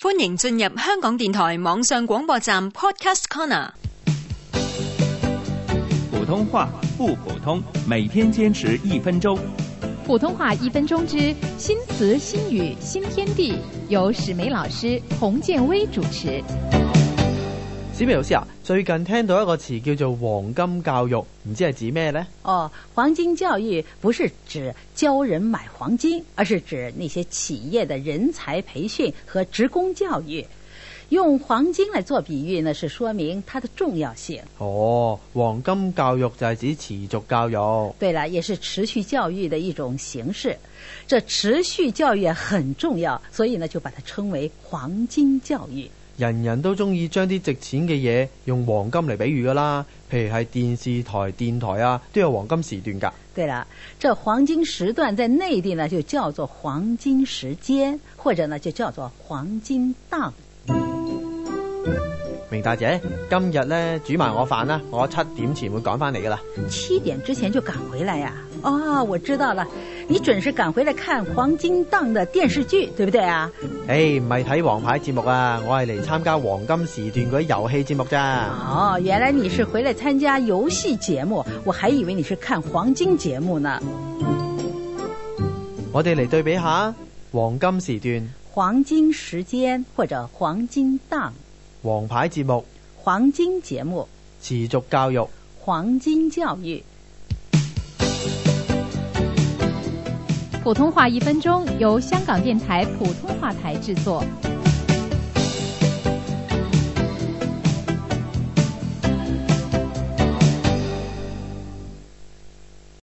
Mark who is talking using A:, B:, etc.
A: 歡迎進入香港電台網上廣播站 Podcast Corner。
B: 普通話不普通，每天堅持一分鐘。
C: 普通話一分鐘之新詞新語新天地，由史梅老師洪建威主持。
D: 史美老師啊，最近聽到一個詞叫做黃金教育，唔知係指咩呢？
E: 哦，黄金教育不是指教人买黄金，而是指那些企业的人才培训和职工教育。用黄金来做比喻呢，是说明它的重要性。
D: 哦，黃金教育就係指持續教育。
E: 对了，也是持续教育的一种形式。这持续教育很重要，所以呢，就把它称为黄金教育。
D: 人人都中意將啲值錢嘅嘢用黃金嚟比喻㗎啦，譬如係電視台、電台啊，都有黃金時段㗎。
E: 对了，这黄金时段在内地呢，就叫做黄金时间，或者呢，就叫做黄金档。
D: 明大姐，今日呢煮埋我飯啦，我七點前會趕翻嚟㗎啦。
E: 七点之前就赶回来呀、哦，我知道了，你准是赶回来看黄金档的电视剧，对不对啊？
D: 誒，唔係睇黃牌節目啊，我係嚟參加黃金時段嗰啲遊戲節目咋。
E: 哦，原来你是回来参加游戏节目，我还以为你是看黄金节目呢。
D: 我哋嚟對比下黃金時段、
E: 黄金时间或者黄金档、
D: 黃牌節目、
E: 黄金节目、
D: 持續教育。
E: 黄金教育。
C: 普通话一分鐘由香港電台普通话台製作。